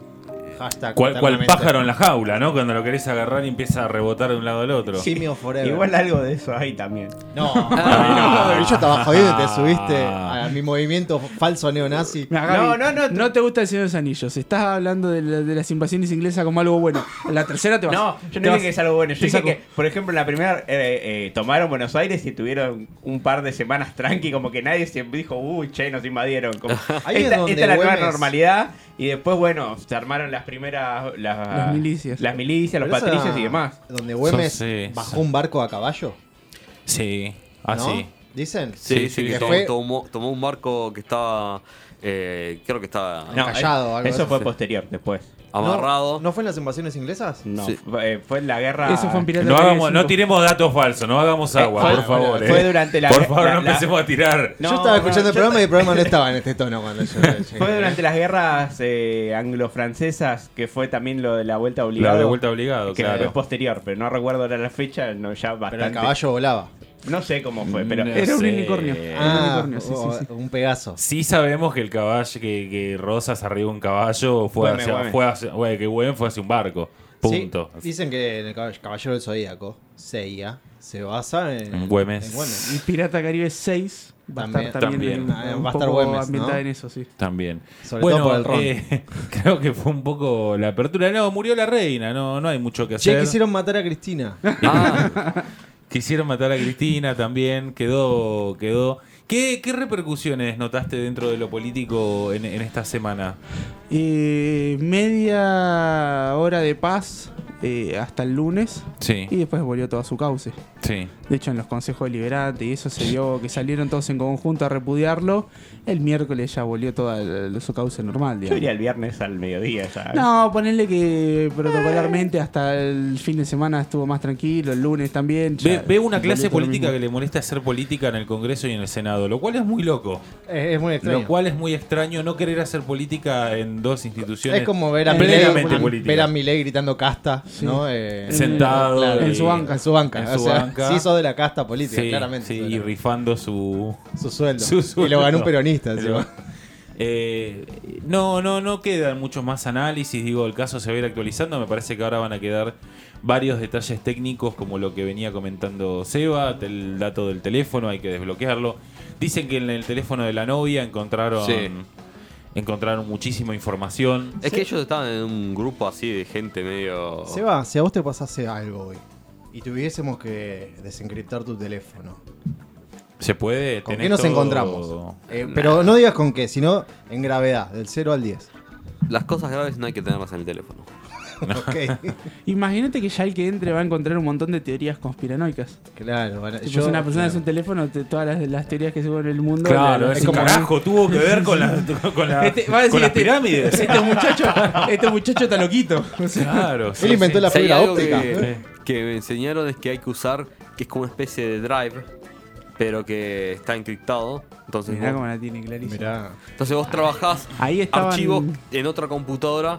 [SPEAKER 6] Hashtag.
[SPEAKER 1] ¿Cuál, cuál
[SPEAKER 6] eternamente.
[SPEAKER 1] pájaro en la jaula, no? Cuando lo querés agarrar y empieza a rebotar de un lado al otro.
[SPEAKER 6] Simios forever.
[SPEAKER 3] Igual Ah. algo de eso hay también. *laughs*
[SPEAKER 6] No,
[SPEAKER 1] Ah.
[SPEAKER 2] *laughs*
[SPEAKER 6] no, yo estaba jodido y te subiste a mi movimiento falso neonazi.
[SPEAKER 2] Mirá,
[SPEAKER 3] No,
[SPEAKER 2] Gaby,
[SPEAKER 3] no, no.
[SPEAKER 2] No te gusta el Señor de los Anillos. Estás hablando de, la- de las invasiones inglesas como algo bueno. En la tercera te vas.
[SPEAKER 3] No,
[SPEAKER 2] te
[SPEAKER 3] yo no
[SPEAKER 2] vas-
[SPEAKER 3] dije que es algo bueno.
[SPEAKER 2] te
[SPEAKER 3] Yo dije
[SPEAKER 2] saco.
[SPEAKER 3] que, por ejemplo, en la primera eh, eh, tomaron Buenos Aires y tuvieron un par de semanas tranqui, como que nadie se dijo, uy, che, nos invadieron. Como,
[SPEAKER 6] Ahí es
[SPEAKER 3] esta
[SPEAKER 6] donde
[SPEAKER 3] esta es la nueva
[SPEAKER 6] Güemes-
[SPEAKER 3] normalidad. Y después, bueno, se armaron las primeras. Las,
[SPEAKER 2] Las milicias.
[SPEAKER 3] Las milicias, los
[SPEAKER 6] Pero esa-
[SPEAKER 3] patricios y demás.
[SPEAKER 6] Donde Güemes
[SPEAKER 1] Sos,
[SPEAKER 4] eh,
[SPEAKER 1] sí,
[SPEAKER 6] bajó
[SPEAKER 1] sos-
[SPEAKER 6] un barco a caballo.
[SPEAKER 1] Ah, Sí,
[SPEAKER 6] ¿no?
[SPEAKER 1] así.
[SPEAKER 6] ¿Dicen?
[SPEAKER 4] Sí, sí,
[SPEAKER 1] sí,
[SPEAKER 4] que
[SPEAKER 6] que
[SPEAKER 4] tomó,
[SPEAKER 6] fue-
[SPEAKER 4] tomó- tomó un barco que estaba. eh, creo que estaba
[SPEAKER 6] No, Callado,
[SPEAKER 3] eh,
[SPEAKER 6] algo
[SPEAKER 3] eso
[SPEAKER 6] así.
[SPEAKER 3] fue posterior, después.
[SPEAKER 4] amarrado.
[SPEAKER 6] ¿No, ¿No fue en las invasiones inglesas?
[SPEAKER 3] No,
[SPEAKER 4] Sí.
[SPEAKER 3] fue, eh, fue en la guerra.
[SPEAKER 2] Eso fue en Pirata
[SPEAKER 1] No,
[SPEAKER 2] del
[SPEAKER 1] hagamos-
[SPEAKER 2] Caribe
[SPEAKER 1] no
[SPEAKER 2] 5.
[SPEAKER 1] tiremos datos falsos, no
[SPEAKER 3] Eh,
[SPEAKER 1] hagamos agua,
[SPEAKER 6] fue-
[SPEAKER 1] por favor.
[SPEAKER 6] fue
[SPEAKER 1] eh.
[SPEAKER 3] durante la-
[SPEAKER 1] Por favor,
[SPEAKER 3] la-
[SPEAKER 1] no
[SPEAKER 3] la-
[SPEAKER 1] empecemos a tirar.
[SPEAKER 3] No,
[SPEAKER 6] yo estaba escuchando
[SPEAKER 3] no,
[SPEAKER 6] el
[SPEAKER 3] yo-
[SPEAKER 6] programa y el programa no estaba en este tono cuando yo llegué.
[SPEAKER 3] Fue durante las guerras eh, anglo-francesas que fue también lo de la vuelta obligada.
[SPEAKER 1] La de vuelta obligado,
[SPEAKER 3] que es
[SPEAKER 1] claro.
[SPEAKER 3] posterior, pero no recuerdo ahora la fecha, no, ya bastante.
[SPEAKER 6] Pero el caballo volaba.
[SPEAKER 3] Mm, No sé cómo fue, pero.
[SPEAKER 1] No
[SPEAKER 2] Era un
[SPEAKER 1] sé.
[SPEAKER 2] unicornio. Era un
[SPEAKER 6] Ah,
[SPEAKER 2] unicornio, sí, sí,
[SPEAKER 6] o-
[SPEAKER 2] sí.
[SPEAKER 6] un pegaso.
[SPEAKER 1] Sí sabemos que el caballo, que, que Rosas arriba de un caballo fue
[SPEAKER 3] Güemes,
[SPEAKER 1] hacia,
[SPEAKER 3] Güemes.
[SPEAKER 1] fue hacia- güey, que Güemes fue hacia un barco. Punto.
[SPEAKER 6] Sí, dicen que en el caball- Caballero del Zodíaco, Seiya, se basa en,
[SPEAKER 1] En Güemes.
[SPEAKER 6] en Güemes.
[SPEAKER 2] Y Pirata Caribe 6 va a
[SPEAKER 6] También-
[SPEAKER 2] estar también,
[SPEAKER 1] también.
[SPEAKER 6] Ah,
[SPEAKER 2] en- un
[SPEAKER 6] va a estar
[SPEAKER 2] poco
[SPEAKER 6] Güemes, ¿no?
[SPEAKER 2] ambientada en eso, sí.
[SPEAKER 1] También.
[SPEAKER 6] Sobre
[SPEAKER 1] bueno,
[SPEAKER 6] todo por el ron.
[SPEAKER 1] eh, *laughs* creo que fue un poco la apertura. No, murió la reina, no, no hay mucho que hacer.
[SPEAKER 6] Che, quisieron matar a Cristina. *laughs*
[SPEAKER 4] Ah,
[SPEAKER 1] Quisieron matar a Cristina también, quedó, quedó. ¿Qué, qué repercusiones notaste dentro de lo político en, en esta semana?
[SPEAKER 2] Eh, media hora de paz eh, hasta el lunes
[SPEAKER 1] Sí,
[SPEAKER 2] y después volvió todo a su cauce.
[SPEAKER 1] sí.
[SPEAKER 2] De hecho, en los consejos deliberantes y eso se vio que salieron todos en conjunto a repudiarlo. El miércoles ya volvió todo a su cauce normal,
[SPEAKER 3] Yo iría
[SPEAKER 2] digamos.
[SPEAKER 3] el viernes al mediodía,
[SPEAKER 1] Ah.
[SPEAKER 3] ¿sabes?
[SPEAKER 2] No, ponerle que protocolarmente hasta el fin de semana estuvo más tranquilo, el lunes también. ya
[SPEAKER 1] Ve- Veo una
[SPEAKER 2] volvió
[SPEAKER 1] clase
[SPEAKER 2] todo lo
[SPEAKER 1] política
[SPEAKER 2] mismo.
[SPEAKER 1] que le molesta hacer política en el Congreso y en el Senado, lo cual es muy loco.
[SPEAKER 6] es, es muy extraño.
[SPEAKER 1] Lo cual es muy extraño no querer hacer política en dos instituciones.
[SPEAKER 6] es como ver a
[SPEAKER 1] plenamente
[SPEAKER 6] Milei
[SPEAKER 1] política.
[SPEAKER 6] ver a Milei gritando casta,
[SPEAKER 2] Sí.
[SPEAKER 6] ¿no? Eh,
[SPEAKER 1] Sentado
[SPEAKER 6] claro,
[SPEAKER 1] y-
[SPEAKER 6] en su banca, en su banca.
[SPEAKER 1] en
[SPEAKER 6] o
[SPEAKER 1] su
[SPEAKER 6] sea,
[SPEAKER 1] banca.
[SPEAKER 6] sí sos de la casta política,
[SPEAKER 1] Sí,
[SPEAKER 6] claramente.
[SPEAKER 1] sí,
[SPEAKER 6] sos de
[SPEAKER 1] y
[SPEAKER 6] la-
[SPEAKER 1] rifando su,
[SPEAKER 6] su, sueldo.
[SPEAKER 1] su
[SPEAKER 6] Y lo
[SPEAKER 1] sueldo.
[SPEAKER 6] ganó un peronista.
[SPEAKER 1] Pero-
[SPEAKER 6] encima.
[SPEAKER 1] Eh, no, no, no quedan muchos más análisis. Digo, el caso se va a ir actualizando. Me parece que ahora van a quedar varios detalles técnicos, como lo que venía comentando Seba, el dato del teléfono, hay que desbloquearlo. Dicen que en el teléfono de la novia encontraron,
[SPEAKER 4] Sí.
[SPEAKER 1] encontraron muchísima información.
[SPEAKER 4] es que ellos estaban en un grupo así de gente medio.
[SPEAKER 6] Seba, si a vos te pasase algo hoy y tuviésemos que desencriptar tu teléfono,
[SPEAKER 1] ¿Se puede?
[SPEAKER 6] ¿con
[SPEAKER 1] ¿Tenés
[SPEAKER 6] qué nos
[SPEAKER 1] todo?
[SPEAKER 6] encontramos? Eh, Pero no digas con qué, sino en gravedad, del 0
[SPEAKER 1] *laughs*
[SPEAKER 6] al 10.
[SPEAKER 4] Las cosas graves no hay que tenerlas en el teléfono.
[SPEAKER 6] Ok.
[SPEAKER 1] *laughs*
[SPEAKER 2] Imagínate que ya el que entre va a encontrar un montón de teorías conspiranoicas.
[SPEAKER 6] Claro, bueno,
[SPEAKER 2] Si yo, una persona es un teléfono, te- todas las, las teorías que se vuelven en el mundo.
[SPEAKER 1] Claro,
[SPEAKER 2] la-
[SPEAKER 1] es
[SPEAKER 6] es
[SPEAKER 1] un
[SPEAKER 6] como-
[SPEAKER 1] carajo, tuvo que ver con, la- con la-
[SPEAKER 2] Este- va a decir,
[SPEAKER 1] con las
[SPEAKER 2] este-
[SPEAKER 1] pirámides.
[SPEAKER 2] Este muchacho, este muchacho está loquito. *laughs* O sea,
[SPEAKER 1] Claro, sí,
[SPEAKER 6] Él inventó
[SPEAKER 1] sí.
[SPEAKER 6] la
[SPEAKER 4] Si hay
[SPEAKER 6] fibra
[SPEAKER 4] algo
[SPEAKER 6] óptica.
[SPEAKER 4] Que, que me enseñaron es que hay que usar, que es como una especie de drive, pero que está encriptado. Entonces,
[SPEAKER 2] Mirá
[SPEAKER 4] vos,
[SPEAKER 2] cómo la tiene clarísima.
[SPEAKER 6] Mirá.
[SPEAKER 4] entonces vos trabajás
[SPEAKER 2] Ahí estaban-
[SPEAKER 4] archivos en otra computadora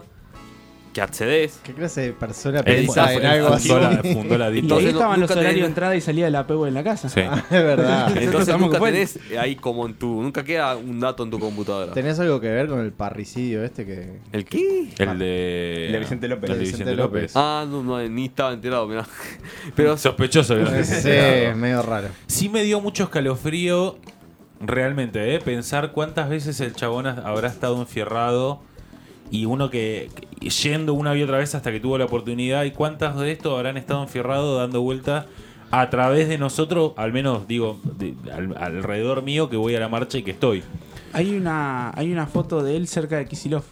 [SPEAKER 2] *laughs*
[SPEAKER 4] que accedes.
[SPEAKER 6] ¿Qué clase de persona
[SPEAKER 1] Él
[SPEAKER 6] piensa
[SPEAKER 1] hizo-
[SPEAKER 6] en algo así?
[SPEAKER 1] fundó
[SPEAKER 6] *laughs*
[SPEAKER 1] la, fundó la editorial.
[SPEAKER 2] Y ahí
[SPEAKER 4] Entonces, no-
[SPEAKER 2] estaban los
[SPEAKER 4] nunca
[SPEAKER 2] horarios de
[SPEAKER 4] tenés-
[SPEAKER 2] entrada y salida de la PEU en la casa.
[SPEAKER 1] Sí.
[SPEAKER 6] Ah,
[SPEAKER 1] *laughs*
[SPEAKER 6] es verdad.
[SPEAKER 4] Entonces
[SPEAKER 2] estamos
[SPEAKER 4] nunca
[SPEAKER 2] con
[SPEAKER 4] tenés ahí como en tu. Nunca queda un dato en tu computadora.
[SPEAKER 6] ¿Tenés algo que ver con el parricidio este
[SPEAKER 1] *laughs*
[SPEAKER 6] que.?
[SPEAKER 4] ¿El qué?
[SPEAKER 1] El de.
[SPEAKER 3] El de Vicente López.
[SPEAKER 1] El de Vicente López. Ah,
[SPEAKER 4] Ah, no, no, ni estaba enterado, mirá. *laughs* Pero
[SPEAKER 1] Sospechoso. ¿verdad?
[SPEAKER 6] Sí, es medio raro.
[SPEAKER 1] Sí me dio mucho escalofrío, realmente, ¿eh? pensar cuántas veces el chabón has- habrá estado enfierrado y uno que, que- yendo una y otra vez hasta que tuvo la oportunidad y cuántas de estos habrán estado enfierrados dando vueltas a través de nosotros, al menos digo, de- al- alrededor mío que voy a la marcha y que estoy.
[SPEAKER 2] Hay una, hay una foto de él cerca de Kisilov.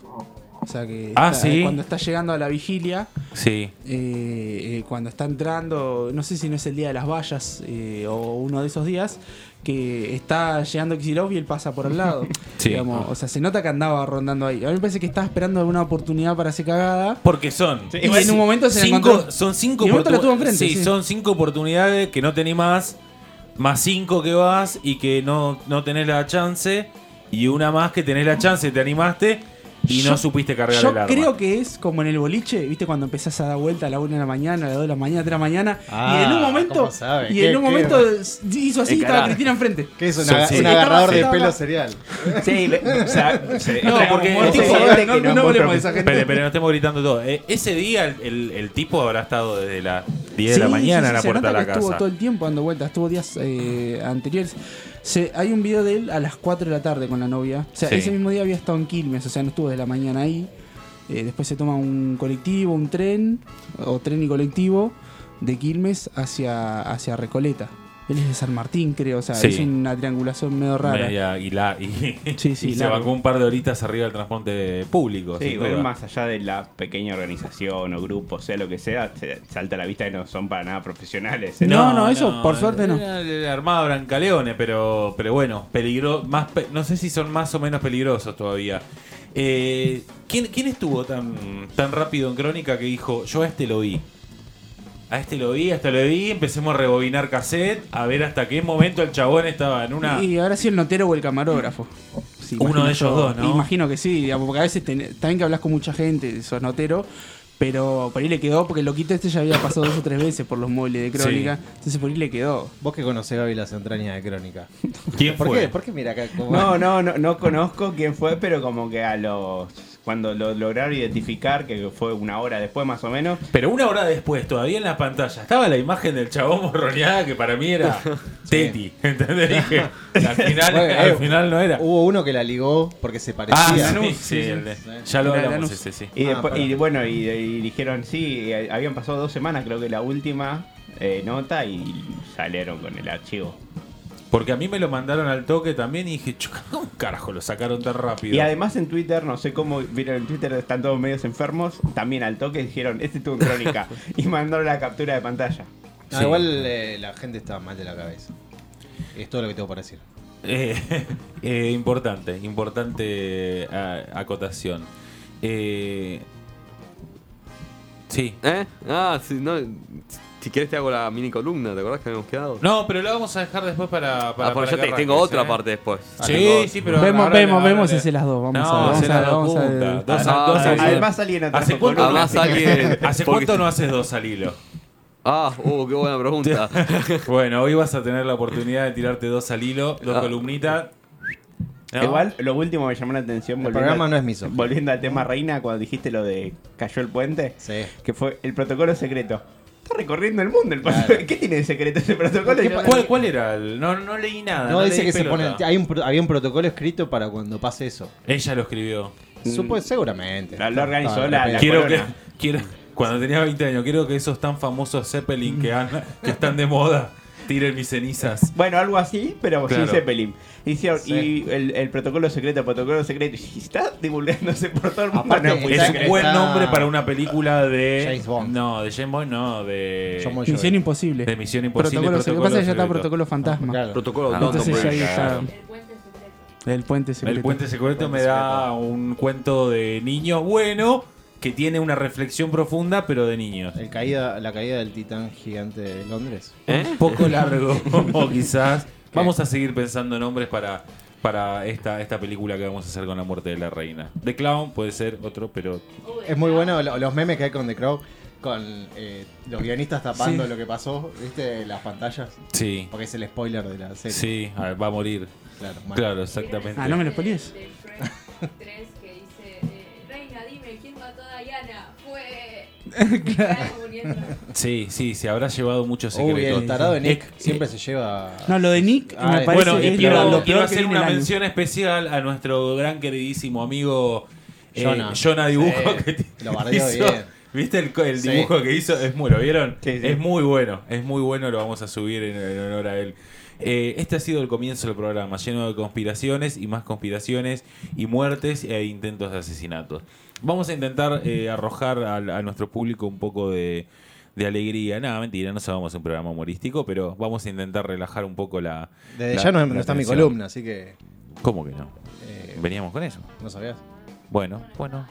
[SPEAKER 2] O sea que
[SPEAKER 1] Ah,
[SPEAKER 2] está-
[SPEAKER 1] sí.
[SPEAKER 2] cuando está llegando a la vigilia,
[SPEAKER 1] Sí.
[SPEAKER 2] eh, eh, cuando está entrando, no sé si no es el día de las vallas eh, o uno de esos días, que está llegando Kisilov y él pasa por al
[SPEAKER 6] *laughs*
[SPEAKER 2] lado.
[SPEAKER 1] Sí.
[SPEAKER 2] Digamos, o sea, se nota que andaba rondando ahí. A mí me parece que estaba esperando alguna oportunidad para hacer cagada.
[SPEAKER 1] Porque son.
[SPEAKER 2] Y en un momento se la
[SPEAKER 1] cinco,
[SPEAKER 2] encontró.
[SPEAKER 1] son cinco
[SPEAKER 2] Y en un momento la tuvo
[SPEAKER 1] oportu-
[SPEAKER 2] enfrente,
[SPEAKER 1] sí,
[SPEAKER 2] sí.
[SPEAKER 1] son cinco oportunidades que no tenés más, más cinco que vas y que no, no tenés la chance, y una más que tenés la chance, te animaste y
[SPEAKER 2] Yo-
[SPEAKER 1] no supiste cargar
[SPEAKER 2] Yo
[SPEAKER 1] el arma.
[SPEAKER 2] creo que es como en el boliche, ¿viste? Cuando empezás a dar vuelta a la 1 de la mañana, a las 2 de la mañana, a las 3 de la mañana.
[SPEAKER 6] Ah,
[SPEAKER 2] y en un momento.
[SPEAKER 6] ¿cómo sabe?
[SPEAKER 2] Y
[SPEAKER 6] ¿Qué-
[SPEAKER 2] en un
[SPEAKER 6] qué-
[SPEAKER 2] momento hizo así y estaba
[SPEAKER 3] Encarada.
[SPEAKER 2] Cristina
[SPEAKER 6] *laughs*
[SPEAKER 2] enfrente.
[SPEAKER 6] ¿Qué es un,
[SPEAKER 1] Sí,
[SPEAKER 6] aga-
[SPEAKER 1] sí.
[SPEAKER 6] un
[SPEAKER 2] Estaba-
[SPEAKER 6] agarrador de
[SPEAKER 2] estaba-
[SPEAKER 6] pelo serial?
[SPEAKER 3] Sí, le- o sea, se-
[SPEAKER 2] No,
[SPEAKER 3] era
[SPEAKER 2] porque
[SPEAKER 3] un
[SPEAKER 2] el tipo-
[SPEAKER 3] antecedente
[SPEAKER 2] no-
[SPEAKER 3] que
[SPEAKER 2] no hablemos de
[SPEAKER 3] muestra-
[SPEAKER 2] esa gente.
[SPEAKER 1] Pero, pero no estemos gritando todo. Eh, ese día el, el- el tipo habrá estado desde las 10
[SPEAKER 2] Sí,
[SPEAKER 1] de la mañana
[SPEAKER 2] sí, sí,
[SPEAKER 1] en la
[SPEAKER 2] se
[SPEAKER 1] puerta de
[SPEAKER 2] nota
[SPEAKER 1] la
[SPEAKER 2] que Estuvo
[SPEAKER 1] casa.
[SPEAKER 2] todo el tiempo dando vueltas, estuvo días eh, anteriores. Se- hay un video de él a las 4 de la tarde con la novia. O sea,
[SPEAKER 1] Sí.
[SPEAKER 2] ese mismo día había estado en Quilmes, o sea, no estuvo desde la mañana ahí. Eh, después se toma un colectivo, un tren, o tren y colectivo, de Quilmes hacia, hacia Recoleta. Él es de San Martín, creo, o sea,
[SPEAKER 1] Sí.
[SPEAKER 2] es una triangulación medio rara.
[SPEAKER 1] Media- y la- y-
[SPEAKER 2] Sí,
[SPEAKER 1] *laughs*
[SPEAKER 2] sí,
[SPEAKER 1] y se
[SPEAKER 2] largo.
[SPEAKER 1] bancó un par de horitas arriba del transporte público.
[SPEAKER 3] Sí,
[SPEAKER 1] sin
[SPEAKER 3] ver
[SPEAKER 1] duda.
[SPEAKER 3] más allá de la pequeña organización o grupo, sea lo que sea, se- salta a la vista que no son para nada profesionales.
[SPEAKER 1] Este,
[SPEAKER 3] ¿eh?
[SPEAKER 2] No, no, eso, por suerte, no.
[SPEAKER 1] era La Armada Brancaleone, pero, pero bueno, peligro, más, pe- no sé si son más o menos peligrosos todavía. Eh, ¿quién, quién estuvo tan, tan rápido en Crónica que dijo, yo a este lo vi? A este lo vi, a este lo vi, empecemos a rebobinar cassette, a ver hasta qué momento el chabón estaba en una...
[SPEAKER 2] Y ahora sí el notero o el camarógrafo. Sí,
[SPEAKER 1] Uno
[SPEAKER 2] imagino
[SPEAKER 1] de ellos
[SPEAKER 2] yo.
[SPEAKER 1] dos, ¿no?
[SPEAKER 2] Imagino que sí, digamos, porque a veces ten- también que hablas con mucha gente, sos notero, pero por ahí le quedó, porque el loquito este ya había pasado dos o tres veces por los muebles de crónica,
[SPEAKER 1] Sí.
[SPEAKER 2] entonces por ahí le quedó.
[SPEAKER 6] Vos que conocés, Gaby, las entrañas de Crónica.
[SPEAKER 1] ¿Quién
[SPEAKER 6] ¿Por
[SPEAKER 1] fue?
[SPEAKER 6] qué? ¿Por qué mira acá? Como...
[SPEAKER 3] No, no, no, no conozco quién fue, pero como que a los. Cuando lo lograron identificar, que fue una hora después más o menos,
[SPEAKER 1] Pero una hora después, todavía en la pantalla, estaba la imagen del chabón borroneada que para mí
[SPEAKER 2] *laughs*
[SPEAKER 1] era Teti. ¿Entendés? Dije, al final,
[SPEAKER 6] Bueno,
[SPEAKER 1] al
[SPEAKER 6] eh,
[SPEAKER 1] final no era.
[SPEAKER 6] Hubo uno que la ligó porque se
[SPEAKER 1] Ah,
[SPEAKER 6] parecía.
[SPEAKER 1] sí, sí, el de- ya lo
[SPEAKER 2] Era de
[SPEAKER 1] hablamos
[SPEAKER 2] Lanús.
[SPEAKER 1] ese, sí.
[SPEAKER 3] Y,
[SPEAKER 6] Ah,
[SPEAKER 3] después-
[SPEAKER 6] pará.
[SPEAKER 3] y bueno, y, y dijeron sí, eh, habían pasado dos semanas, creo que la última eh, nota, y salieron con el archivo.
[SPEAKER 1] Porque a mí me lo mandaron al toque también y dije, "Chu, ¿cómo carajo lo sacaron tan rápido?
[SPEAKER 3] Y además en Twitter, no sé cómo vieron en Twitter, están todos medios enfermos, también al toque dijeron, este tuvo en
[SPEAKER 6] *laughs*
[SPEAKER 3] crónica, y mandaron la captura de pantalla.
[SPEAKER 6] No,
[SPEAKER 1] Sí.
[SPEAKER 6] Igual eh, la gente está mal de la cabeza. Es todo lo que tengo para decir.
[SPEAKER 1] Eh, *laughs* eh, importante, importante ah, acotación. Eh, sí.
[SPEAKER 4] ¿Eh? Ah, si, no, si quieres te hago la mini columna, ¿te acordás que habíamos quedado?
[SPEAKER 1] No, pero la vamos a dejar después para... para
[SPEAKER 4] ah, porque
[SPEAKER 1] para
[SPEAKER 4] yo
[SPEAKER 1] que
[SPEAKER 4] te- tengo
[SPEAKER 1] arranques,
[SPEAKER 4] otra
[SPEAKER 1] ¿eh?
[SPEAKER 4] parte después.
[SPEAKER 1] Sí, sí, pero...
[SPEAKER 2] vemos,
[SPEAKER 1] ahora-
[SPEAKER 2] vemos,
[SPEAKER 1] ahora-
[SPEAKER 2] vemos ese las dos, vamos
[SPEAKER 1] no,
[SPEAKER 2] a ver, vamos
[SPEAKER 1] hacer
[SPEAKER 2] a ver,
[SPEAKER 1] las dos
[SPEAKER 2] vamos a ver.
[SPEAKER 1] juntas. Dos
[SPEAKER 4] Ah,
[SPEAKER 1] a- dos al
[SPEAKER 4] sí.
[SPEAKER 1] hilo.
[SPEAKER 3] Además alguien atrás
[SPEAKER 1] ¿Hace cuánto,
[SPEAKER 3] columna,
[SPEAKER 4] Además alguien...
[SPEAKER 1] ¿Hace
[SPEAKER 4] porque-
[SPEAKER 1] cuánto no haces dos al hilo?
[SPEAKER 4] Ah, oh, qué
[SPEAKER 2] *laughs*
[SPEAKER 4] buena pregunta.
[SPEAKER 1] Bueno, hoy vas a tener la oportunidad de tirarte dos al hilo, dos
[SPEAKER 4] Ah.
[SPEAKER 1] columnitas. ¿no?
[SPEAKER 3] Igual, lo último me llamó la atención.
[SPEAKER 6] El
[SPEAKER 3] volviendo
[SPEAKER 6] programa
[SPEAKER 3] al-
[SPEAKER 6] no es misógino.
[SPEAKER 3] Volviendo al tema reina, cuando dijiste lo de cayó el puente,
[SPEAKER 6] Sí.
[SPEAKER 3] que fue el protocolo secreto. Está recorriendo el mundo el protocolo. ¿Qué tiene de secreto ese protocolo?
[SPEAKER 6] ¿Qué
[SPEAKER 3] Yo-
[SPEAKER 6] pa-
[SPEAKER 1] ¿Cuál, cuál era? el- No, Ah, no leí nada.
[SPEAKER 6] No,
[SPEAKER 1] le
[SPEAKER 6] dice
[SPEAKER 1] di
[SPEAKER 6] que se
[SPEAKER 1] pelota.
[SPEAKER 6] pone. Hay un, pro- había un protocolo escrito para cuando pase eso.
[SPEAKER 1] Ella lo escribió.
[SPEAKER 6] Supo, seguramente.
[SPEAKER 3] Mm. La- la organizó
[SPEAKER 6] Ah,
[SPEAKER 3] la-
[SPEAKER 6] la-
[SPEAKER 3] la-
[SPEAKER 1] Quiero que,
[SPEAKER 3] corona.
[SPEAKER 1] quiero, cuando tenía 20 años, quiero que esos tan famosos Zeppelin que, han- que están de moda tiren mis cenizas.
[SPEAKER 3] Bueno, algo así, pero
[SPEAKER 1] Claro.
[SPEAKER 3] sin Zeppelin. Hicieron,
[SPEAKER 6] Sí.
[SPEAKER 3] Y el, el protocolo secreto, protocolo secreto. Y está divulgándose por todo el mundo.
[SPEAKER 6] Aparte,
[SPEAKER 3] No, muy
[SPEAKER 1] Es
[SPEAKER 6] Está-
[SPEAKER 1] un
[SPEAKER 3] secreto.
[SPEAKER 1] buen
[SPEAKER 6] está-
[SPEAKER 1] nombre para una película de.
[SPEAKER 6] James Bond.
[SPEAKER 1] No, de James Bond, no, de.
[SPEAKER 6] John Bon Jovi.
[SPEAKER 2] Misión imposible.
[SPEAKER 1] De Misión Imposible,
[SPEAKER 2] Protocolo, lo que
[SPEAKER 1] protocolo
[SPEAKER 2] pasa es que ya está
[SPEAKER 1] secreto.
[SPEAKER 2] protocolo fantasma.
[SPEAKER 6] Claro.
[SPEAKER 4] Protocolo
[SPEAKER 1] Ah,
[SPEAKER 4] no,
[SPEAKER 2] Entonces
[SPEAKER 1] Tom
[SPEAKER 2] ya
[SPEAKER 1] Brady,
[SPEAKER 2] ahí está
[SPEAKER 1] claro.
[SPEAKER 5] El puente secreto.
[SPEAKER 2] el puente secreto.
[SPEAKER 1] El puente secreto me da un cuento de niños bueno que tiene una reflexión profunda, pero de niños.
[SPEAKER 6] El caída, la caída del titán gigante de Londres.
[SPEAKER 4] ¿Eh?
[SPEAKER 1] *laughs* Un poco largo, quizás. Vamos a seguir pensando en nombres para para esta, esta película que vamos a hacer con la muerte de la reina. The Clown puede ser otro, pero
[SPEAKER 6] Es muy bueno lo- los memes que hay con The Crow, con eh, los guionistas tapando lo que pasó, ¿viste? Las pantallas.
[SPEAKER 1] sí,
[SPEAKER 6] Porque es el spoiler de la serie.
[SPEAKER 1] sí, a ver, va a morir.
[SPEAKER 6] Claro, mal.
[SPEAKER 1] Claro, exactamente.
[SPEAKER 2] Ah, no me lo spoilees.
[SPEAKER 5] De Shrek 3 que dice, eh, Reina, dime, ¿quién mató a Diana?
[SPEAKER 2] *laughs*
[SPEAKER 5] Fue... Claro. muriendo.
[SPEAKER 1] Sí, sí, se habrá llevado muchos
[SPEAKER 6] Uy,
[SPEAKER 1] secretos.
[SPEAKER 6] el tarado de Nick
[SPEAKER 1] Eh,
[SPEAKER 6] siempre se lleva.
[SPEAKER 2] No, lo de Nick
[SPEAKER 6] Ah,
[SPEAKER 2] me
[SPEAKER 6] es-
[SPEAKER 2] parece
[SPEAKER 1] Bueno,
[SPEAKER 2] que
[SPEAKER 1] y
[SPEAKER 2] es
[SPEAKER 1] quiero,
[SPEAKER 2] lo, lo
[SPEAKER 1] quiero
[SPEAKER 2] peor que
[SPEAKER 1] hacer
[SPEAKER 2] viene el
[SPEAKER 1] una
[SPEAKER 2] año.
[SPEAKER 1] mención especial a nuestro gran queridísimo amigo eh,
[SPEAKER 6] Jonah.
[SPEAKER 1] Jonah Dibujo.
[SPEAKER 6] Sí,
[SPEAKER 1] que t-
[SPEAKER 6] lo bardeó
[SPEAKER 1] hizo-
[SPEAKER 6] bien.
[SPEAKER 1] ¿Viste el, co- el
[SPEAKER 6] Sí.
[SPEAKER 1] dibujo que hizo? Es muy, ¿Lo vieron?
[SPEAKER 3] Sí, sí.
[SPEAKER 1] Es muy bueno, es muy bueno, lo vamos a subir en, en honor a él. Eh, este ha sido el comienzo del programa, lleno de conspiraciones y más conspiraciones y muertes e intentos de asesinatos. Vamos a intentar eh, arrojar al- a, nuestro público un poco de, de alegría. Nada, mentira, no sabemos un programa humorístico, pero vamos a intentar relajar un poco la...
[SPEAKER 6] Desde
[SPEAKER 1] la-
[SPEAKER 6] ya no,
[SPEAKER 1] la
[SPEAKER 6] no está mi
[SPEAKER 1] tensión.
[SPEAKER 6] columna, así que.
[SPEAKER 1] ¿Cómo que no?
[SPEAKER 6] eh,
[SPEAKER 1] Veníamos con eso.
[SPEAKER 6] no sabías.
[SPEAKER 1] Bueno, bueno.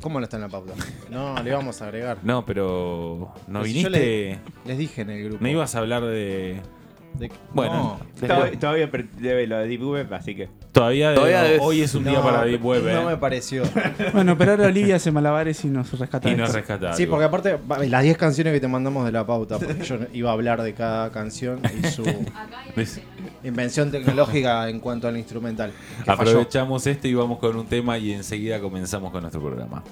[SPEAKER 6] ¿Cómo no está en la pauta? No, le vamos a agregar.
[SPEAKER 1] No, pero no
[SPEAKER 6] Pues si
[SPEAKER 1] viniste.
[SPEAKER 6] yo le- les dije en el grupo.
[SPEAKER 1] No ibas a hablar de.
[SPEAKER 6] de que-
[SPEAKER 1] Bueno,
[SPEAKER 6] no.
[SPEAKER 1] después-
[SPEAKER 3] Todavía, todavía per- debe lo de Deep Web, así que.
[SPEAKER 1] todavía,
[SPEAKER 4] Todavía
[SPEAKER 1] de-
[SPEAKER 4] es-
[SPEAKER 1] hoy es un día
[SPEAKER 6] No,
[SPEAKER 1] para Deep Web.
[SPEAKER 6] No
[SPEAKER 1] eh, *laughs*
[SPEAKER 6] me pareció.
[SPEAKER 2] Bueno, pero ahora Olivia hace malabares y nos rescata.
[SPEAKER 1] y
[SPEAKER 2] de
[SPEAKER 1] no
[SPEAKER 2] esto.
[SPEAKER 1] rescatar.
[SPEAKER 6] Sí, porque aparte, va- las 10 canciones que te mandamos de la pauta, porque yo iba a hablar de cada canción y
[SPEAKER 1] *laughs*
[SPEAKER 6] su
[SPEAKER 5] Acá hay
[SPEAKER 1] ¿Ves?
[SPEAKER 5] una
[SPEAKER 6] invención tecnológica en
[SPEAKER 1] Ah,
[SPEAKER 6] cuanto al instrumental. que
[SPEAKER 1] este
[SPEAKER 6] falló.
[SPEAKER 1] Aprovechamos esto y vamos con un tema y enseguida comenzamos con nuestro programa.